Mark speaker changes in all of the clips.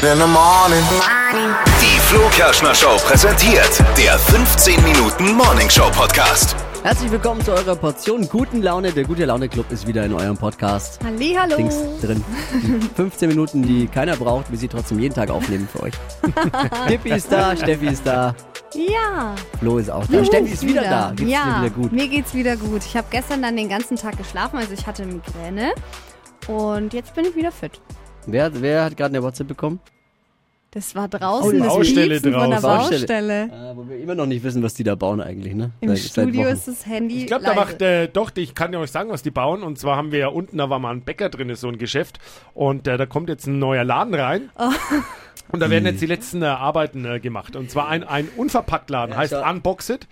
Speaker 1: in the morning.
Speaker 2: Die Flo Kerschner Show präsentiert der 15 Minuten Morning Show Podcast.
Speaker 3: Herzlich willkommen zu eurer Portion guten Laune. Der gute Laune Club ist wieder in eurem Podcast.
Speaker 4: Hallihallo.
Speaker 3: Dings drin. Die 15 Minuten, die keiner braucht, wir sie trotzdem jeden Tag aufnehmen für euch. Dippi ist da, Steffi ist da,
Speaker 4: Ja.
Speaker 3: Flo ist auch da. Steffi ist wieder da. Geht's
Speaker 4: ja.
Speaker 3: dir wieder gut?
Speaker 4: Mir geht's wieder gut. Ich habe gestern dann den ganzen Tag geschlafen, also ich hatte Migräne. Und jetzt bin ich wieder fit.
Speaker 3: Wer, wer hat gerade eine WhatsApp bekommen?
Speaker 4: Das war
Speaker 5: Oh,
Speaker 4: draußen,
Speaker 5: die
Speaker 4: das
Speaker 5: Baustelle
Speaker 4: Piepsen von der
Speaker 3: draußen.
Speaker 4: Baustelle.
Speaker 3: Äh, wo wir immer noch nicht wissen, was die da bauen eigentlich, ne?
Speaker 4: Im
Speaker 3: Seit- seit
Speaker 4: Studio
Speaker 3: Wochen.
Speaker 4: ist das Handy
Speaker 5: Ich glaube, da
Speaker 4: leise.
Speaker 5: macht, äh, doch, ich kann ja euch sagen, was die bauen. Und zwar haben wir ja unten, da war mal ein Bäcker drin, ist so ein Geschäft. Und äh, da kommt jetzt ein neuer Laden rein.
Speaker 3: Oh.
Speaker 5: Und da werden jetzt die letzten äh, Arbeiten äh, gemacht. Und zwar ein, ein Unverpacktladen, heißt
Speaker 3: schau.
Speaker 5: Unbox It.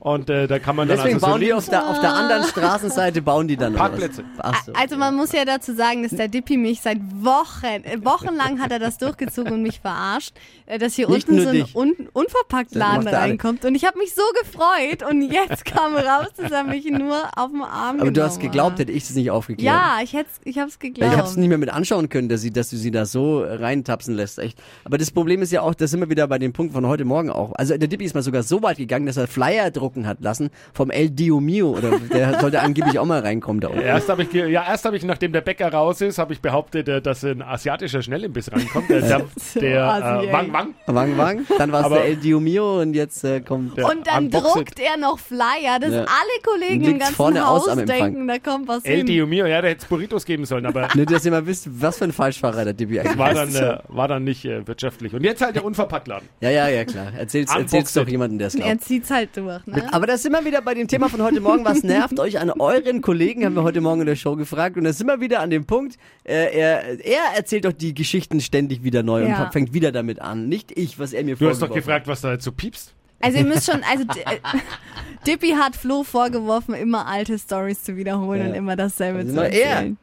Speaker 5: Und äh, da kann man dann
Speaker 3: Deswegen
Speaker 5: also so
Speaker 3: bauen die
Speaker 5: Lebens-
Speaker 3: auf der, auf der anderen Straßenseite bauen die dann oder was?
Speaker 5: Parkplätze.
Speaker 3: Ach so.
Speaker 4: Ah. Also man muss ja dazu sagen, dass der Dippi mich seit Wochen, äh, wochenlang hat er das durchgezogen und mich verarscht, äh, dass hier
Speaker 3: Nicht
Speaker 4: unten
Speaker 3: nur
Speaker 4: so ein
Speaker 3: dich.
Speaker 4: un unverpackt Laden
Speaker 3: macht er alle.
Speaker 4: reinkommt. Und ich habe mich so gefreut und jetzt kam raus, dass er mich nur auf dem Arm
Speaker 3: Aber du hast
Speaker 4: genommen
Speaker 3: geglaubt,
Speaker 4: hat.
Speaker 3: hätte ich es nicht aufgeklärt.
Speaker 4: genau, Ja, ich, hätt's, ich hab's
Speaker 3: Ja,
Speaker 4: geglaubt.
Speaker 3: ich hab's nicht mehr mit anschauen können, dass, sie, dass du sie da so reintapsen lässt, echt. Aber das Problem ist ja auch, da sind wir wieder bei dem Punkt von heute Morgen auch. Also der Dippi ist mal sogar so weit gegangen, dass er Flyer drucken hat lassen vom El Dio Mio. Oder der sollte angeblich auch mal reinkommen da unten.
Speaker 5: Erst habe ich, ge- ja, erst habe ich, nachdem der Bäcker raus ist, habe ich behauptet, äh, dass ein asiatischer Schnellimbiss reinkommt. Der, der,
Speaker 4: So
Speaker 5: der
Speaker 4: assi,
Speaker 5: äh,
Speaker 4: ey.
Speaker 5: Wang Wang.
Speaker 3: Wang Wang, dann war es
Speaker 5: Aber-
Speaker 3: der El Dio Mio und jetzt äh, kommt der.
Speaker 4: und dann
Speaker 5: Unboxed.
Speaker 4: druckt er noch Flyer, dass
Speaker 3: Ja.
Speaker 4: alle Kollegen im
Speaker 3: Liegt's
Speaker 4: ganzen
Speaker 3: vorne aus
Speaker 4: Haus
Speaker 3: am Empfang.
Speaker 4: denken, da kommt was
Speaker 5: El
Speaker 4: hin.
Speaker 5: Dio Mio, ja, der hätte Burritos geben sollen, aber
Speaker 3: Nur, dass ihr mal wisst, was für ein Falschfahrer der Dippi eigentlich
Speaker 5: war
Speaker 3: ist.
Speaker 5: dann, äh, war dann nicht äh, wirtschaftlich. Und jetzt halt der Unverpacktladen.
Speaker 3: Ja, ja, ja, klar. Erzähl's,
Speaker 5: Unboxed.
Speaker 3: erzähl's doch jemandem, der es glaubt.
Speaker 4: Er zieht's halt durch, ne?
Speaker 3: Aber da sind wir wieder bei dem Thema von heute Morgen. Was nervt euch an euren Kollegen? Haben wir heute Morgen in der Show gefragt. Und da sind wir wieder an dem Punkt, äh, er, er erzählt doch die Geschichten ständig wieder neu
Speaker 4: Ja.
Speaker 3: und fängt wieder damit an. Nicht ich, was er mir
Speaker 5: Du hast doch
Speaker 3: vorgeworfen
Speaker 5: gefragt, was da jetzt so piepst.
Speaker 4: Also ihr müsst schon, also D- äh, Dippy hat Flo vorgeworfen, immer alte Stories zu wiederholen
Speaker 3: Ja.
Speaker 4: und immer dasselbe
Speaker 3: Also
Speaker 4: zu
Speaker 3: nur er.
Speaker 4: erzählen.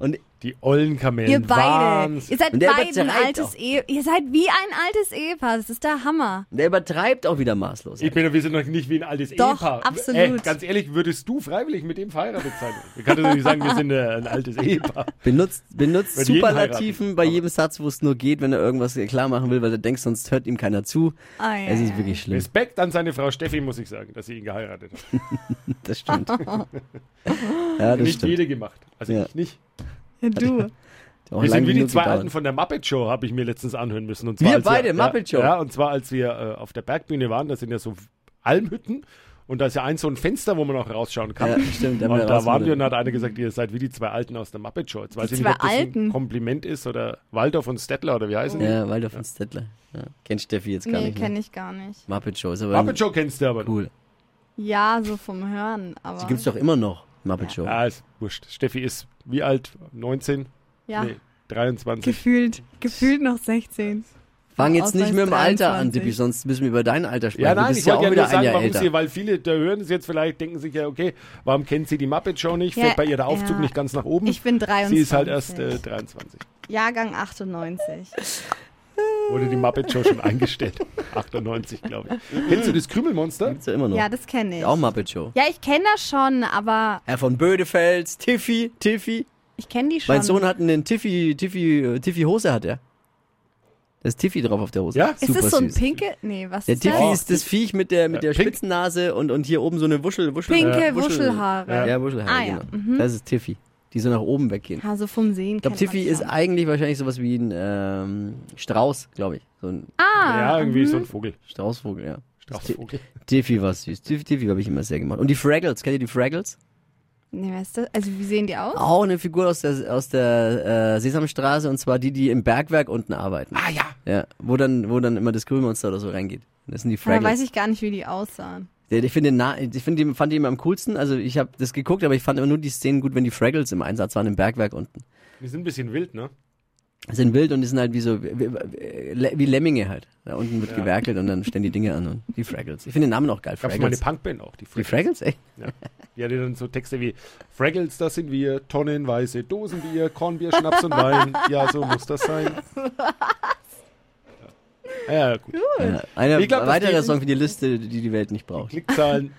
Speaker 3: Und
Speaker 5: Die Ollenkamellen.
Speaker 4: Ihr beide, ihr
Speaker 5: Wahnsinn.
Speaker 4: seid
Speaker 3: Und der
Speaker 4: beide ein
Speaker 3: übertreibt auch.
Speaker 4: altes Ehe, ihr seid wie ein altes Ehepaar, das ist der Hammer.
Speaker 3: der übertreibt auch wieder maßlos.
Speaker 5: Ich bin ja, wir sind noch nicht wie ein altes
Speaker 4: Doch,
Speaker 5: Ehepaar.
Speaker 4: absolut.
Speaker 5: Ey, ganz ehrlich, würdest du freiwillig mit dem verheiratet sein? Ich kann doch nicht sagen, wir sind äh, ein altes Ehepaar.
Speaker 3: Benutzt, benutzt
Speaker 5: Wird jeden
Speaker 3: Superlativen
Speaker 5: heiraten.
Speaker 3: bei jedem Satz, wo es nur geht, wenn er irgendwas klar machen will, weil er denkt, sonst hört ihm keiner zu.
Speaker 4: Ah, ja,
Speaker 3: es ist
Speaker 4: ja.
Speaker 3: wirklich schlimm.
Speaker 5: Respekt an seine Frau Steffi, muss ich sagen, dass sie ihn geheiratet hat.
Speaker 3: Das stimmt. ja, das
Speaker 5: nicht
Speaker 3: stimmt.
Speaker 5: jede gemacht. Also
Speaker 3: Ja.
Speaker 5: ich nicht.
Speaker 4: Ja, du.
Speaker 3: Auch lange
Speaker 5: Wir sind wie die
Speaker 3: genug
Speaker 5: zwei
Speaker 3: gedauert.
Speaker 5: Alten von der Muppet Show, habe ich mir letztens anhören müssen. Und zwar,
Speaker 3: Wir
Speaker 5: als
Speaker 3: beide,
Speaker 5: ja,
Speaker 3: Muppet Show.
Speaker 5: Ja, und zwar als wir äh, auf der Bergbühne waren, da sind ja so Almhütten und da ist ja eins so ein Fenster, wo man auch rausschauen kann.
Speaker 3: Ja, stimmt, da haben
Speaker 5: und
Speaker 3: wir
Speaker 5: da waren
Speaker 3: rausgefunden.
Speaker 5: wir und da hat einer gesagt, ihr seid wie die zwei Alten aus der Muppet Show. Jetzt weiß
Speaker 4: Die
Speaker 5: ich
Speaker 4: zwei
Speaker 5: nicht, ob das
Speaker 4: Alten.
Speaker 5: ein Kompliment ist oder Waldorf und Stettler oder wie heißen
Speaker 3: Ja, Waldorf und Stettler. Ja. Kennt Steffi jetzt gar
Speaker 4: Nee,
Speaker 3: nicht. Mehr.
Speaker 4: kenne ich gar nicht.
Speaker 3: Muppet Show ist
Speaker 5: die?
Speaker 3: aber
Speaker 5: Muppet Show kennst du aber. noch.
Speaker 3: cool.
Speaker 4: Ja, so vom Hören, aber.
Speaker 3: Die gibt's doch immer noch, Muppet Show.
Speaker 5: Ja, Ah, ist wurscht. Steffi ist wie alt? 19?
Speaker 4: ja.
Speaker 5: Nee, 23.
Speaker 4: Gefühlt, gefühlt noch 16.
Speaker 3: Fang jetzt nicht
Speaker 4: Ausweis
Speaker 3: mit dem Alter an,
Speaker 4: 23.
Speaker 3: Dippi, sonst müssen wir über dein Alter sprechen.
Speaker 5: Ja, nein,
Speaker 3: du bist
Speaker 5: ich
Speaker 3: ja
Speaker 5: wollte
Speaker 3: auch
Speaker 5: ja,
Speaker 3: wieder
Speaker 5: nur sagen,
Speaker 3: ein Jahr
Speaker 5: warum
Speaker 3: älter.
Speaker 5: sie, weil viele da hören es jetzt vielleicht, denken sich ja, okay, warum kennt sie die Muppet Show nicht?
Speaker 4: Ja,
Speaker 5: Fällt bei ihr der Aufzug
Speaker 4: ja.
Speaker 5: nicht ganz nach oben?
Speaker 4: Ich bin 23.
Speaker 5: Sie ist halt erst äh, 23.
Speaker 4: Jahrgang 98.
Speaker 5: Wurde die Muppet Show schon eingestellt. 98, glaube ich. Kennst du das Krümelmonster?
Speaker 3: Gibt's ja immer noch.
Speaker 4: Ja, das kenne ich.
Speaker 3: auch Muppet Show.
Speaker 4: Ja, ich kenne das schon, aber
Speaker 3: Herr von Bödefels, Tiffy, Tiffy.
Speaker 4: ich kenne die schon.
Speaker 3: Mein Sohn hat einen Tiffy, Tiffy, äh, Tiffy Hose hat er. Da ist Tiffy drauf auf der Hose.
Speaker 5: Ja?
Speaker 4: ist
Speaker 3: Super
Speaker 4: das so ein
Speaker 3: süß.
Speaker 4: pinke? Nee, was
Speaker 3: Der
Speaker 4: ist das?
Speaker 3: Tiffy ist das Viech mit der, mit
Speaker 5: Ja,
Speaker 3: der
Speaker 5: pink.
Speaker 3: Spitzennase und, und hier oben so eine Wuschel, Wuschel.
Speaker 4: Pinke
Speaker 3: äh,
Speaker 4: Wuschelhaare.
Speaker 3: Ja, Wuschelhaare,
Speaker 4: Ah, ja.
Speaker 3: genau. Das ist Tiffy, die so nach oben weggehen.
Speaker 4: Ja, so vom Sehen.
Speaker 3: Ich glaube, Tiffy ist eigentlich wahrscheinlich sowas wie ein ähm, Strauß, glaube ich. So ein
Speaker 4: Ah,
Speaker 5: Ja, irgendwie so ein Vogel.
Speaker 3: Straußvogel, ja.
Speaker 5: Straußvogel.
Speaker 3: Tiffy war süß. Tiffy, Tiffy habe ich immer sehr gemacht. Und die Fraggles, kennt ihr die Fraggles?
Speaker 4: nee, was ist das? Also, wie sehen die aus?
Speaker 3: Auch eine Figur aus der, aus der äh, Sesamstraße und zwar die, die im Bergwerk unten arbeiten.
Speaker 5: Ah ja.
Speaker 3: Ja, wo dann, wo dann immer das Grillmonster oder so reingeht. Das sind die
Speaker 4: Da
Speaker 3: Fraggles.
Speaker 4: weiß ich gar nicht, wie die aussahen.
Speaker 3: Ja, ich finde, den Na- ich finde, die- fand die immer am coolsten. Also ich habe das geguckt, aber ich fand immer nur die Szenen gut, wenn die Fraggles im Einsatz waren im Bergwerk unten.
Speaker 5: Die sind ein bisschen wild, ne?
Speaker 3: Sind wild und die sind halt wie so wie, wie wie Lemminge halt. Da unten wird gewerkelt und dann stellen die Dinge an und die Fraggles. Ich finde den Namen auch geil.
Speaker 5: Gab es mal eine
Speaker 3: Fraggles.
Speaker 5: Punkband auch, die
Speaker 3: Die
Speaker 5: Fraggles.
Speaker 3: Fraggles, ey.
Speaker 5: Ja. Die hatte dann so Texte wie Fraggles, das sind wir, tonnenweise Dosenbier, Kornbier, Schnaps und Wein. Ja, so muss das sein. Ja, ja gut.
Speaker 3: Ja, einer
Speaker 5: Ich glaub, das
Speaker 3: weiterer
Speaker 5: geht
Speaker 3: Song für die Liste, die die Welt nicht braucht.
Speaker 5: Klickzahlen.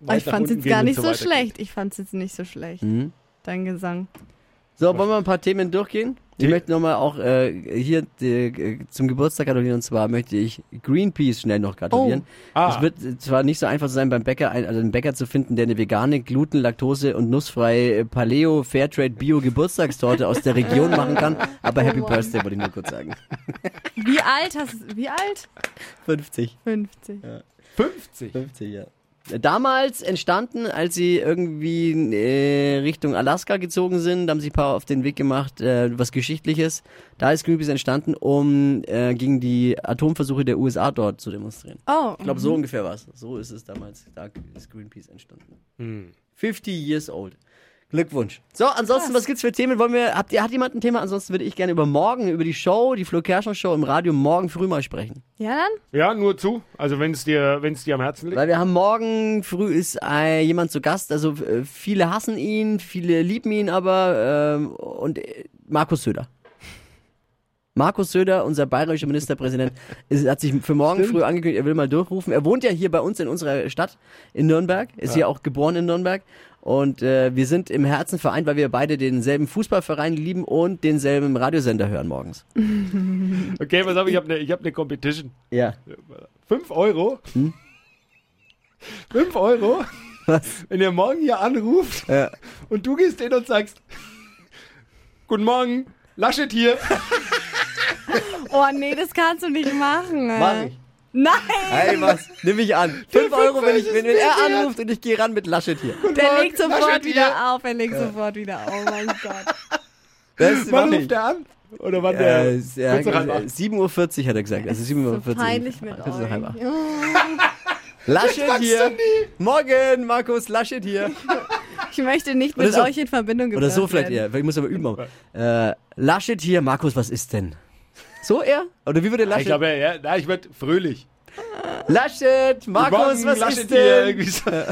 Speaker 5: weit
Speaker 4: ich
Speaker 5: nach
Speaker 4: fand's
Speaker 5: unten
Speaker 4: jetzt
Speaker 5: gehen,
Speaker 4: gar
Speaker 5: wenn's
Speaker 4: nicht so
Speaker 5: weitergeht.
Speaker 4: schlecht. Ich fand's jetzt nicht so schlecht.
Speaker 3: Mhm.
Speaker 4: Dein Gesang.
Speaker 3: So, wollen wir ein paar Themen durchgehen? Ich möchte nochmal auch äh, hier äh, zum Geburtstag gratulieren und zwar möchte ich Greenpeace schnell noch gratulieren.
Speaker 5: Oh. Ah.
Speaker 3: Es wird zwar nicht so einfach sein, beim Bäcker ein, also einen Bäcker zu finden, der eine vegane, gluten-, laktose- und nussfreie äh, Paleo Fairtrade Bio Geburtstagstorte aus der Region machen kann, aber Happy
Speaker 4: Wow.
Speaker 3: Birthday wollte ich nur kurz sagen.
Speaker 4: Wie alt hast du? Wie alt?
Speaker 3: 50,
Speaker 4: 50.
Speaker 5: 50.
Speaker 3: 50, ja. Damals entstanden, als sie irgendwie äh, Richtung Alaska gezogen sind, da haben sich ein paar auf den Weg gemacht, äh, was Geschichtliches. Da ist Greenpeace entstanden, um äh, gegen die Atomversuche der USA dort zu demonstrieren.
Speaker 4: Oh.
Speaker 3: Ich glaube, so ungefähr war es. So ist es damals. Da ist Greenpeace entstanden. 50 years old. Glückwunsch. So, ansonsten, was gibt's für Themen? Wollen wir, habt ihr, hat jemand ein Thema? Ansonsten würde ich gerne über morgen, über die Show, die Flo Kerschner Show im Radio morgen früh mal sprechen.
Speaker 4: Ja, dann?
Speaker 5: Ja, nur zu. Also wenn es dir, wenn's dir am Herzen liegt.
Speaker 3: Weil wir haben morgen früh ist äh, jemand zu Gast, also äh, viele hassen ihn, viele lieben ihn aber ähm, und äh, Markus Söder. Markus Söder, unser bayerischer Ministerpräsident, ist, hat sich für morgen früh angekündigt, er will mal durchrufen. Er wohnt ja hier bei uns in unserer Stadt in Nürnberg, ist hier auch geboren in Nürnberg. Und äh, wir sind im Herzen vereint, weil wir beide denselben Fußballverein lieben und denselben Radiosender hören morgens.
Speaker 5: Okay, pass auf, ich habe eine hab ne Competition.
Speaker 3: Ja.
Speaker 5: 5 Euro.
Speaker 3: Hm?
Speaker 5: 5 Euro,
Speaker 3: Was?
Speaker 5: wenn ihr morgen hier anruft
Speaker 3: Ja.
Speaker 5: und du gehst hin und sagst, Guten Morgen, Laschet hier.
Speaker 4: Oh, nee, das kannst du nicht machen. äh.
Speaker 3: Mach ich.
Speaker 4: Nein,
Speaker 3: Hey, was? Nimm mich an. 5 Euro, wenn, ich, wenn, wenn er anruft und ich gehe ran mit Laschet hier.
Speaker 4: der legt
Speaker 5: Morgen,
Speaker 4: sofort
Speaker 5: Laschet
Speaker 4: wieder auf. Er legt sofort wieder auf. Oh mein Gott.
Speaker 3: Das
Speaker 5: Wann
Speaker 3: mach
Speaker 5: ruft er an? Oder wann der?
Speaker 3: Äh, ja,
Speaker 5: kurz nach halb acht.
Speaker 3: 7.40 Uhr hat er gesagt. Also 7.40
Speaker 4: So
Speaker 3: Uhr.
Speaker 4: peinlich mit
Speaker 3: Kurz nach halb acht.
Speaker 4: euch. Oh.
Speaker 3: Laschet hier. Morgen, Markus, Laschet hier.
Speaker 4: Ich möchte nicht
Speaker 3: Oder
Speaker 4: mit
Speaker 3: so.
Speaker 4: euch in Verbindung gebracht
Speaker 3: Oder so vielleicht
Speaker 4: werden.
Speaker 3: eher. Ich muss aber üben. auch. Äh, Laschet hier, Markus, was ist denn? So er? Oder wie würde
Speaker 5: Ah, Ich
Speaker 3: Laschet?
Speaker 5: glaube, ja, na, ich werde fröhlich.
Speaker 3: Laschet, Markus,
Speaker 5: Guten Morgen,
Speaker 3: was
Speaker 5: Laschet
Speaker 3: ist
Speaker 5: hier.
Speaker 3: denn?
Speaker 5: Irgendwie so. Das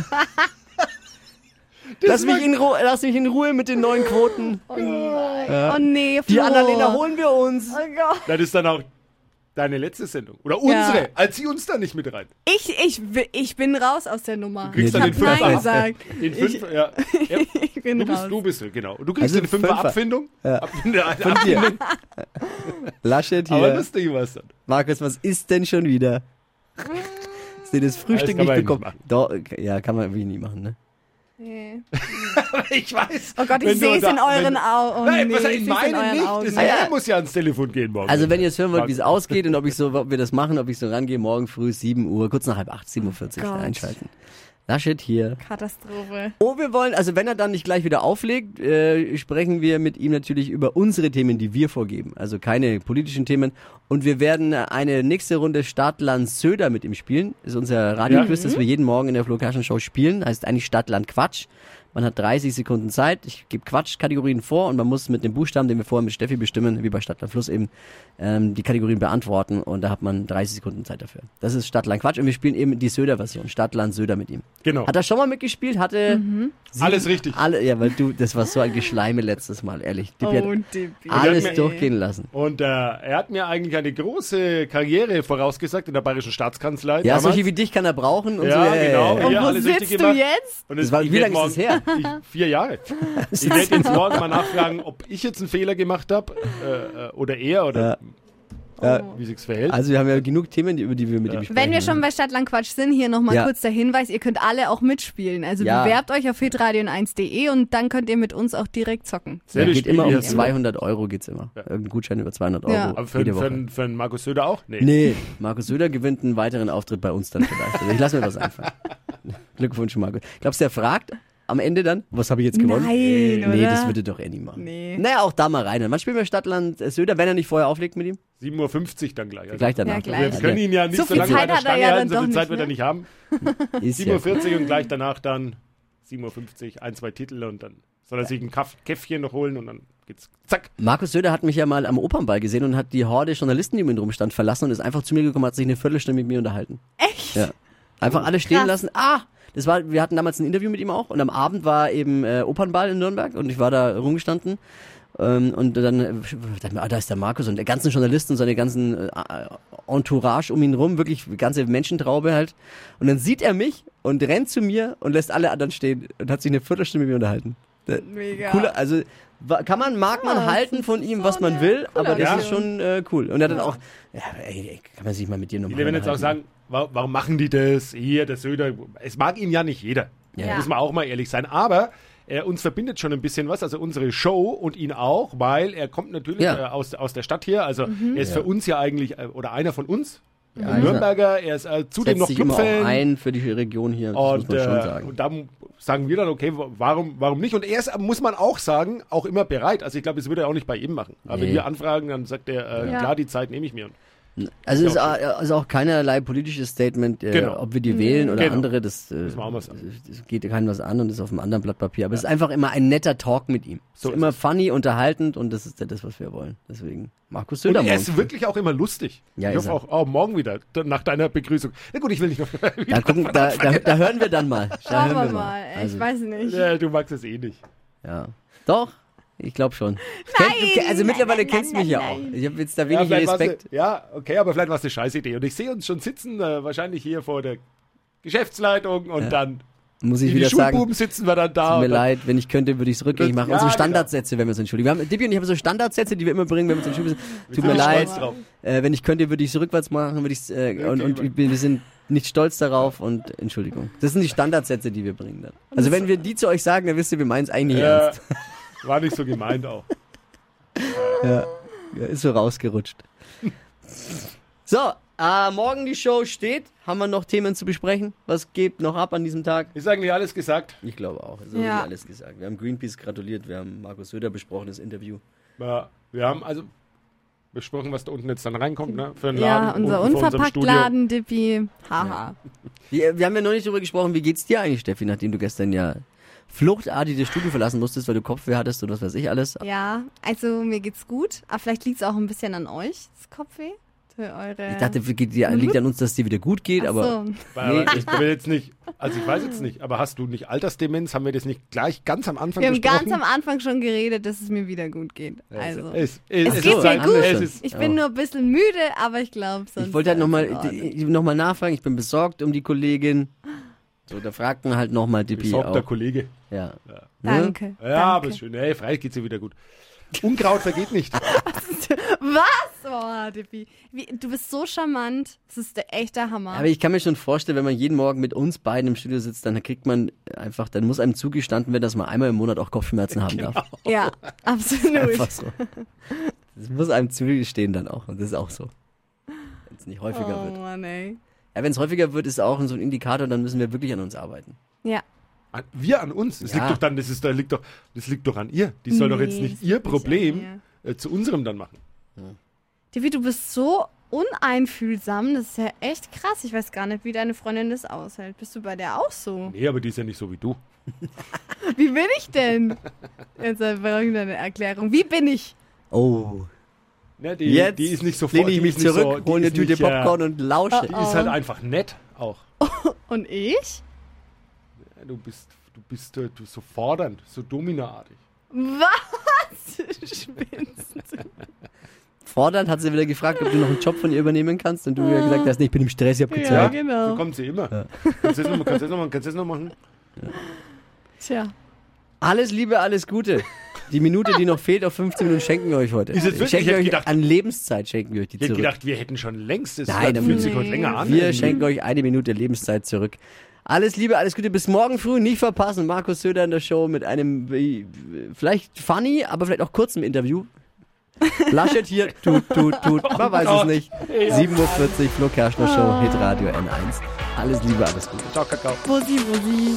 Speaker 3: Lass
Speaker 5: war-
Speaker 3: mich, in Ruhe, lass mich in Ruhe mit den neuen Quoten.
Speaker 4: Oh nee, Flo.
Speaker 3: Die Annalena holen wir uns.
Speaker 4: Oh Gott.
Speaker 5: Das ist dann auch deine letzte Sendung. Oder unsere.
Speaker 4: Ja.
Speaker 5: Als sie uns da nicht mit rein.
Speaker 4: Ich, ich, wi- ich bin raus aus der Nummer.
Speaker 5: kriegst
Speaker 4: ich
Speaker 5: dann
Speaker 4: hab
Speaker 5: den Fünfer
Speaker 4: Nein
Speaker 5: ab.
Speaker 4: gesagt.
Speaker 5: Den fünf, ja. ja.
Speaker 4: Ich bin
Speaker 5: Du bist,
Speaker 4: raus.
Speaker 5: du bist, genau. Und du kriegst
Speaker 3: Also
Speaker 5: eine Fünfer
Speaker 3: Fünfer.
Speaker 5: Abfindung.
Speaker 3: Ja.
Speaker 5: Abfindung,
Speaker 3: Von dir. Laschet hier.
Speaker 5: Aber lustig war es dann.
Speaker 3: Markus, was ist denn schon wieder? Hast du das Frühstück
Speaker 5: kann
Speaker 3: nicht
Speaker 5: man ja nicht
Speaker 3: bekommen?
Speaker 5: machen.
Speaker 3: Doch, ja, kann man irgendwie nie machen, ne?
Speaker 4: Nee.
Speaker 5: Ich weiß.
Speaker 4: Oh Gott,
Speaker 5: wenn
Speaker 4: ich
Speaker 5: du
Speaker 4: sehe es
Speaker 5: unter-
Speaker 4: in euren
Speaker 5: wenn-
Speaker 4: Augen.
Speaker 5: Nein,
Speaker 4: nee,
Speaker 5: was,
Speaker 4: ich
Speaker 5: in
Speaker 4: seh's
Speaker 5: meinen
Speaker 4: euren
Speaker 5: nicht.
Speaker 4: Augen.
Speaker 5: Das
Speaker 3: Ah, ja.
Speaker 5: Er muss ja ans Telefon gehen morgen.
Speaker 3: Also wenn ihr es hören wollt, wie es ausgeht und ob ich so, ob wir das machen, ob ich so rangehe, morgen früh 7 Uhr, kurz nach halb acht, 7.40 Uhr
Speaker 4: Gott.
Speaker 3: einschalten. Laschet hier.
Speaker 4: Katastrophe.
Speaker 3: Oh, wir wollen, also wenn er dann nicht gleich wieder auflegt, äh, sprechen wir mit ihm natürlich über unsere Themen, die wir vorgeben. Also keine politischen Themen. Und wir werden eine nächste Runde Stadtland Söder mit ihm spielen. Ist unser Radioquiz, das wir jeden Morgen in der Flo Kerschner Show spielen. Heißt eigentlich Stadtland Quatsch. Man hat 30 Sekunden Zeit. Ich gebe Quatschkategorien vor und man muss mit dem Buchstaben, den wir vorher mit Steffi bestimmen, wie bei Stadtland Fluss eben, ähm, die Kategorien beantworten. Und da hat man 30 Sekunden Zeit dafür. Das ist Stadtland Quatsch und wir spielen eben die Söder-Version. Stadtland Söder mit ihm.
Speaker 5: Genau.
Speaker 3: Hat er schon mal mitgespielt? Hatte sieben-
Speaker 5: Alles richtig.
Speaker 3: Alle, ja, weil du, das war so ein Geschleime letztes Mal, ehrlich. Die
Speaker 4: Oh,
Speaker 3: hat
Speaker 4: Dippi.
Speaker 3: alles
Speaker 5: mir-
Speaker 3: durchgehen lassen.
Speaker 5: Und äh, er hat mir eigentlich eine große Karriere vorausgesagt in der Bayerischen Staatskanzlei.
Speaker 3: Ja,
Speaker 5: damals.
Speaker 3: solche wie dich kann er brauchen und
Speaker 5: Ja,
Speaker 3: so. äh,
Speaker 5: genau.
Speaker 3: äh,
Speaker 4: Und
Speaker 5: Ja,
Speaker 4: wo
Speaker 5: alles richtig
Speaker 4: sitzt du
Speaker 5: gemacht.
Speaker 4: jetzt?
Speaker 5: Und
Speaker 3: Das war-
Speaker 5: ich
Speaker 3: wie
Speaker 5: werd
Speaker 3: lange ist
Speaker 5: morgen-
Speaker 3: das
Speaker 5: Ich, vier Jahre. Ich werde jetzt morgen mal nachfragen, ob ich jetzt einen Fehler gemacht habe äh, äh, oder er oder
Speaker 3: Ja.
Speaker 5: wie sich's verhält.
Speaker 3: Also wir haben ja genug Themen, die- über die wir mit ihm sprechen.
Speaker 4: Wenn wir schon bei Stadtland Quatsch sind, hier nochmal
Speaker 3: Ja.
Speaker 4: kurz der Hinweis, ihr könnt alle auch mitspielen. Also
Speaker 3: Ja.
Speaker 4: bewerbt euch auf hitradion1.de und dann könnt ihr mit uns auch direkt zocken.
Speaker 3: ja,
Speaker 5: Selbe
Speaker 3: geht
Speaker 5: Spiel
Speaker 3: immer
Speaker 5: wie
Speaker 3: um
Speaker 5: jetzt.
Speaker 3: 200 Euro geht's immer. Irgendein Gutschein über 200 Euro
Speaker 4: Ja.
Speaker 5: Aber für,
Speaker 3: jede
Speaker 5: für,
Speaker 3: Woche.
Speaker 5: für, für einen Markus Söder auch? Nee.
Speaker 3: nee, Markus Söder gewinnt einen weiteren Auftritt bei uns dann vielleicht. Also ich lasse mir was einfallen. Glückwunsch, Markus. Glaubst du, er fragt am Ende dann, was habe ich jetzt gewonnen?
Speaker 4: Nein,
Speaker 3: nee,
Speaker 4: oder?
Speaker 3: das würde doch eh nie machen.
Speaker 4: Nee.
Speaker 3: Naja, auch da mal rein. Wann spielen wir Stadtland äh, Söder, wenn er nicht vorher auflegt mit ihm?
Speaker 5: 7.50 Uhr dann gleich. Also
Speaker 3: Gleich danach.
Speaker 4: Ja,
Speaker 5: Wir
Speaker 4: gleich.
Speaker 5: können ihn ja nicht
Speaker 4: So
Speaker 5: so,
Speaker 4: viel
Speaker 5: lange
Speaker 4: Zeit
Speaker 5: bei der
Speaker 4: hat er
Speaker 5: Stange
Speaker 4: ja dann
Speaker 5: halten, so viel
Speaker 4: doch
Speaker 5: Zeit
Speaker 4: nicht,
Speaker 5: wird er
Speaker 4: ne?
Speaker 5: nicht haben.
Speaker 3: Ist ja
Speaker 5: 7.40 Uhr und gleich danach dann 7.50 Uhr, ein, zwei Titel und dann soll er sich ein Kaff Käffchen noch holen und dann geht's zack.
Speaker 3: Markus Söder hat mich ja mal am Opernball gesehen und hat die Horde Journalisten, die um ihn rumstand, verlassen und ist einfach zu mir gekommen, hat sich eine Viertelstunde mit mir unterhalten.
Speaker 4: Echt?
Speaker 3: Ja. Einfach alle stehen
Speaker 4: Krass.
Speaker 3: lassen. Ah! Das war, wir hatten damals ein Interview mit ihm auch und am Abend war eben äh, Opernball in Nürnberg und ich war da rumgestanden. Ähm, und dann äh, dachte mir, ah, da ist der Markus und der ganzen Journalisten und seine ganzen äh, Entourage um ihn rum, wirklich ganze Menschentraube halt. Und dann sieht er mich und rennt zu mir und lässt alle anderen stehen und hat sich eine Viertelstunde mit mir unterhalten.
Speaker 4: Mega.
Speaker 3: Cooler, also wa- kann man, mag
Speaker 4: Ja,
Speaker 3: man
Speaker 4: Ah, das
Speaker 3: halten
Speaker 4: ist
Speaker 3: von ihm,
Speaker 4: so
Speaker 3: was man
Speaker 4: eine
Speaker 3: will,
Speaker 4: coole
Speaker 3: aber das
Speaker 5: Aktion.
Speaker 3: ist schon äh, cool. Und er hat dann auch, ja, ey, ey, kann man sich mal mit dir nochmal
Speaker 5: Viele werden jetzt
Speaker 4: Genau.
Speaker 5: auch sagen, wa- warum machen die das? Hier, der Söder. Es mag ihn ja nicht jeder.
Speaker 4: Ja.
Speaker 5: Da
Speaker 4: Ja.
Speaker 5: Muss man auch mal ehrlich sein. Aber äh, uns verbindet schon ein bisschen was, also unsere Show und ihn auch, weil er kommt natürlich
Speaker 3: Ja.
Speaker 5: äh, aus, aus der Stadt hier. Also
Speaker 4: Mhm.
Speaker 5: er ist für uns ja eigentlich, äh, oder einer von uns,
Speaker 3: Ja,
Speaker 4: also
Speaker 5: ein Nürnberger. Er ist äh, zudem
Speaker 3: setzt
Speaker 5: noch
Speaker 3: sich immer auch
Speaker 5: Clubfan.
Speaker 3: ein für die Region hier, das muss
Speaker 5: Und,
Speaker 3: man schon
Speaker 5: äh,
Speaker 3: sagen.
Speaker 5: und da sagen wir dann, okay, wa- warum, warum nicht? Und er ist, muss man auch sagen, auch immer bereit. Also ich glaube, das würde er auch nicht bei ihm machen. Aber wenn
Speaker 3: Nee.
Speaker 5: wir anfragen, dann sagt er, äh,
Speaker 4: Ja.
Speaker 5: klar, die Zeit nehme ich mir. Und
Speaker 3: Also es ist
Speaker 5: Ja,
Speaker 3: auch, also auch keinerlei politisches Statement, äh,
Speaker 5: Genau.
Speaker 3: ob wir die wählen oder
Speaker 5: Genau.
Speaker 3: andere, das, äh,
Speaker 5: wir auch mal sagen.
Speaker 3: das geht keinem was an und ist auf einem anderen Blatt Papier. Aber es ist einfach immer ein netter Talk mit ihm. So
Speaker 5: ist
Speaker 3: immer
Speaker 5: es.
Speaker 3: funny, unterhaltend und das ist ja das, was wir wollen. Deswegen Markus
Speaker 5: Und
Speaker 3: Söder
Speaker 5: er
Speaker 3: morgen.
Speaker 5: ist wirklich auch immer lustig.
Speaker 3: Ja,
Speaker 5: ich
Speaker 3: ist
Speaker 5: hoffe
Speaker 3: er.
Speaker 5: auch, auch oh, morgen wieder, d- nach deiner Begrüßung. Na gut, ich will nicht noch.
Speaker 3: Da, gucken, da, da, da hören wir dann mal. Da
Speaker 4: Schauen
Speaker 3: hören
Speaker 4: wir
Speaker 3: wir
Speaker 4: mal. Ey,
Speaker 3: Also,
Speaker 4: ich weiß nicht.
Speaker 5: ja, du magst es eh nicht.
Speaker 3: Ja. Doch, ich glaube schon. Kennt- du-
Speaker 4: Nein,
Speaker 3: also mittlerweile
Speaker 4: nein,
Speaker 3: kennst du
Speaker 4: nein,
Speaker 3: mich ja auch.
Speaker 4: nein.
Speaker 3: Ich habe jetzt da
Speaker 5: Ja,
Speaker 3: wenig
Speaker 5: vielleicht war's
Speaker 3: Respekt.
Speaker 5: ne- ja, okay, aber vielleicht war es eine scheiß Idee. Und ich sehe uns schon sitzen, äh, wahrscheinlich hier vor der Geschäftsleitung und dann
Speaker 3: Muss ich
Speaker 5: die,
Speaker 3: wieder
Speaker 5: die
Speaker 3: sagen.
Speaker 5: Schulbuben sitzen wir dann da.
Speaker 3: Tut mir
Speaker 5: und dann,
Speaker 3: leid, wenn ich könnte, würde ich es rückgängig
Speaker 5: Das-
Speaker 3: machen.
Speaker 5: ja,
Speaker 3: Unsere
Speaker 5: genau.
Speaker 3: Standardsätze, wenn wir uns entschuldigen. Wir haben, Dippi und ich haben so Standardsätze, die wir immer bringen, wenn wir uns entschuldigen. Tut mir
Speaker 5: sind
Speaker 3: leid.
Speaker 5: stolz drauf.
Speaker 3: Äh, wenn ich könnte, würde ich es rückwärts machen, würde ich's, äh,
Speaker 5: Okay,
Speaker 3: und, und
Speaker 5: Mann.
Speaker 3: ich bin- wir sind nicht stolz darauf und Entschuldigung. Das sind die Standardsätze, die wir bringen dann. Also wenn wir die zu euch sagen, dann wisst ihr, wir meinen es eigentlich
Speaker 5: Äh,
Speaker 3: ernst.
Speaker 5: war nicht so gemeint auch.
Speaker 3: Ja, Äh, ist so rausgerutscht. so, äh, morgen die Show steht. Haben wir noch Themen zu besprechen? Was geht noch ab an diesem Tag?
Speaker 5: Ist eigentlich alles gesagt.
Speaker 3: Ich glaube auch. Also
Speaker 4: Ja.
Speaker 3: ja. alles gesagt. Wir haben Greenpeace gratuliert, wir haben Markus Söder besprochen, das Interview.
Speaker 5: Ja, wir haben also besprochen, was da unten jetzt dann reinkommt, ne? Für den Laden.
Speaker 4: Ja, unser
Speaker 5: unten vor unserem Studio.
Speaker 4: Unverpacktladen, Dippi. Haha.
Speaker 3: Wir, wir haben ja noch nicht darüber gesprochen, wie geht's dir eigentlich, Steffi, nachdem du gestern ja fluchtartig das Studio verlassen musstest, weil du Kopfweh hattest und was weiß ich alles.
Speaker 4: Ja, also mir geht's gut. Aber vielleicht liegt's auch ein bisschen an euch, das Kopfweh. Für eure.
Speaker 3: Ich dachte, geht, ja, liegt an uns, dass dir wieder gut geht,
Speaker 4: Mhm. Ach
Speaker 3: aber
Speaker 4: so.
Speaker 5: Weil,
Speaker 3: Nee.
Speaker 5: ich will jetzt nicht, also ich weiß jetzt nicht, aber hast du nicht Altersdemenz? Haben wir das nicht gleich ganz am Anfang
Speaker 4: Wir haben
Speaker 5: besprochen?
Speaker 4: ganz am Anfang schon geredet, dass es mir wieder gut geht. Also.
Speaker 5: es, es,
Speaker 4: Es
Speaker 5: es
Speaker 4: geht
Speaker 5: ist
Speaker 4: mir
Speaker 5: Zeit-
Speaker 4: gut.
Speaker 5: Es ist,
Speaker 4: Ich bin nur ein bisschen müde, aber ich glaube sonst.
Speaker 3: ich wollte halt nochmal
Speaker 4: ist es in Ordnung.
Speaker 3: noch mal nachfragen, ich bin besorgt um die Kollegin. So, da fragt man halt nochmal Dippi
Speaker 5: besorgter
Speaker 3: auch.
Speaker 5: Kollege.
Speaker 3: Ja. Ne?
Speaker 4: Danke.
Speaker 5: Ja, aber
Speaker 4: danke.
Speaker 5: schön. Hey, freilich geht's dir wieder gut. Unkraut vergeht nicht.
Speaker 4: Was? Oh, Dippi. Wie, du bist so charmant. Das ist der echte Hammer.
Speaker 3: Aber ich kann mir schon vorstellen, wenn man jeden Morgen mit uns beiden im Studio sitzt, dann kriegt man einfach, dann muss einem zugestanden werden, dass man einmal im Monat auch Kopfschmerzen haben darf.
Speaker 4: ja, absolut.
Speaker 3: Einfach so. Das muss einem zugestehen dann auch. Und das ist auch so. Wenn es nicht häufiger
Speaker 4: Oh
Speaker 3: wird.
Speaker 4: Mann, ey.
Speaker 3: Ja, wenn es häufiger wird, ist auch so ein Indikator, dann müssen wir wirklich an uns arbeiten.
Speaker 4: Ja.
Speaker 5: An- Wir an uns. Das
Speaker 3: Ja.
Speaker 5: liegt doch dann, das ist, da liegt doch, das liegt doch an ihr. Die soll doch
Speaker 4: Nee,
Speaker 5: jetzt
Speaker 4: das
Speaker 5: nicht
Speaker 4: liegt
Speaker 5: ihr
Speaker 4: nicht an
Speaker 5: Problem äh, zu unserem dann machen.
Speaker 4: Dippi, du bist so uneinfühlsam. Das ist ja echt krass. Ich weiß gar nicht, wie deine Freundin das aushält. Bist du bei der auch so?
Speaker 5: Nee, aber die ist ja nicht so wie du.
Speaker 4: Wie bin ich denn? Jetzt brauche ich eine Erklärung. Wie bin ich?
Speaker 3: Oh.
Speaker 5: Ne, die,
Speaker 3: Jetzt
Speaker 5: die ist nicht so
Speaker 3: lehne
Speaker 5: die
Speaker 3: ich
Speaker 5: ist
Speaker 3: mich
Speaker 5: nicht
Speaker 3: zurück,
Speaker 5: so- die
Speaker 3: hole eine
Speaker 5: ist
Speaker 3: Tüte
Speaker 5: nicht, äh,
Speaker 3: Popcorn und lausche.
Speaker 5: Die
Speaker 4: Oh.
Speaker 5: ist halt einfach nett auch.
Speaker 4: Und ich?
Speaker 5: Ja, Du bist, du bist äh, du so fordernd, so dominaartig.
Speaker 4: Was? Spinnst du?
Speaker 3: Fordernd hat sie wieder gefragt, ob du noch einen Job von ihr übernehmen kannst. Und du ja gesagt hast, nee, ich bin im Stress, ich hab
Speaker 4: Ja,
Speaker 3: gezeigt.
Speaker 4: genau.
Speaker 5: So kommt sie immer. Kannst du das noch machen? Kannst du das noch machen? Kannst du das noch machen?
Speaker 4: Tja.
Speaker 3: Alles Liebe, alles Gute. Die Minute, die noch fehlt, auf 15 Minuten schenken wir euch heute.
Speaker 5: Ist jetzt
Speaker 3: Ich
Speaker 5: wirklich-
Speaker 3: schenke
Speaker 5: ich hätte
Speaker 3: euch
Speaker 5: gedacht-
Speaker 3: an Lebenszeit schenken wir euch die
Speaker 5: Ich hätte
Speaker 3: zurück.
Speaker 5: gedacht, wir hätten schon längst. Das
Speaker 3: Nein,
Speaker 5: fühlt
Speaker 3: aber-
Speaker 5: sich heute länger an.
Speaker 3: wir schenken euch eine Minute Lebenszeit zurück. Alles Liebe, alles Gute. Bis morgen früh nicht verpassen. Markus Söder in der Show mit einem äh, vielleicht funny, aber vielleicht auch kurzem Interview. Laschet hier, tut, tut, tut. Man weiß es
Speaker 5: Oh Gott.
Speaker 3: nicht. 7.40 Uhr, Flo Kerschner Show, Hitradio N1. Alles Liebe, alles Gute.
Speaker 5: Ciao, Kakao.
Speaker 4: Bussi, Bussi.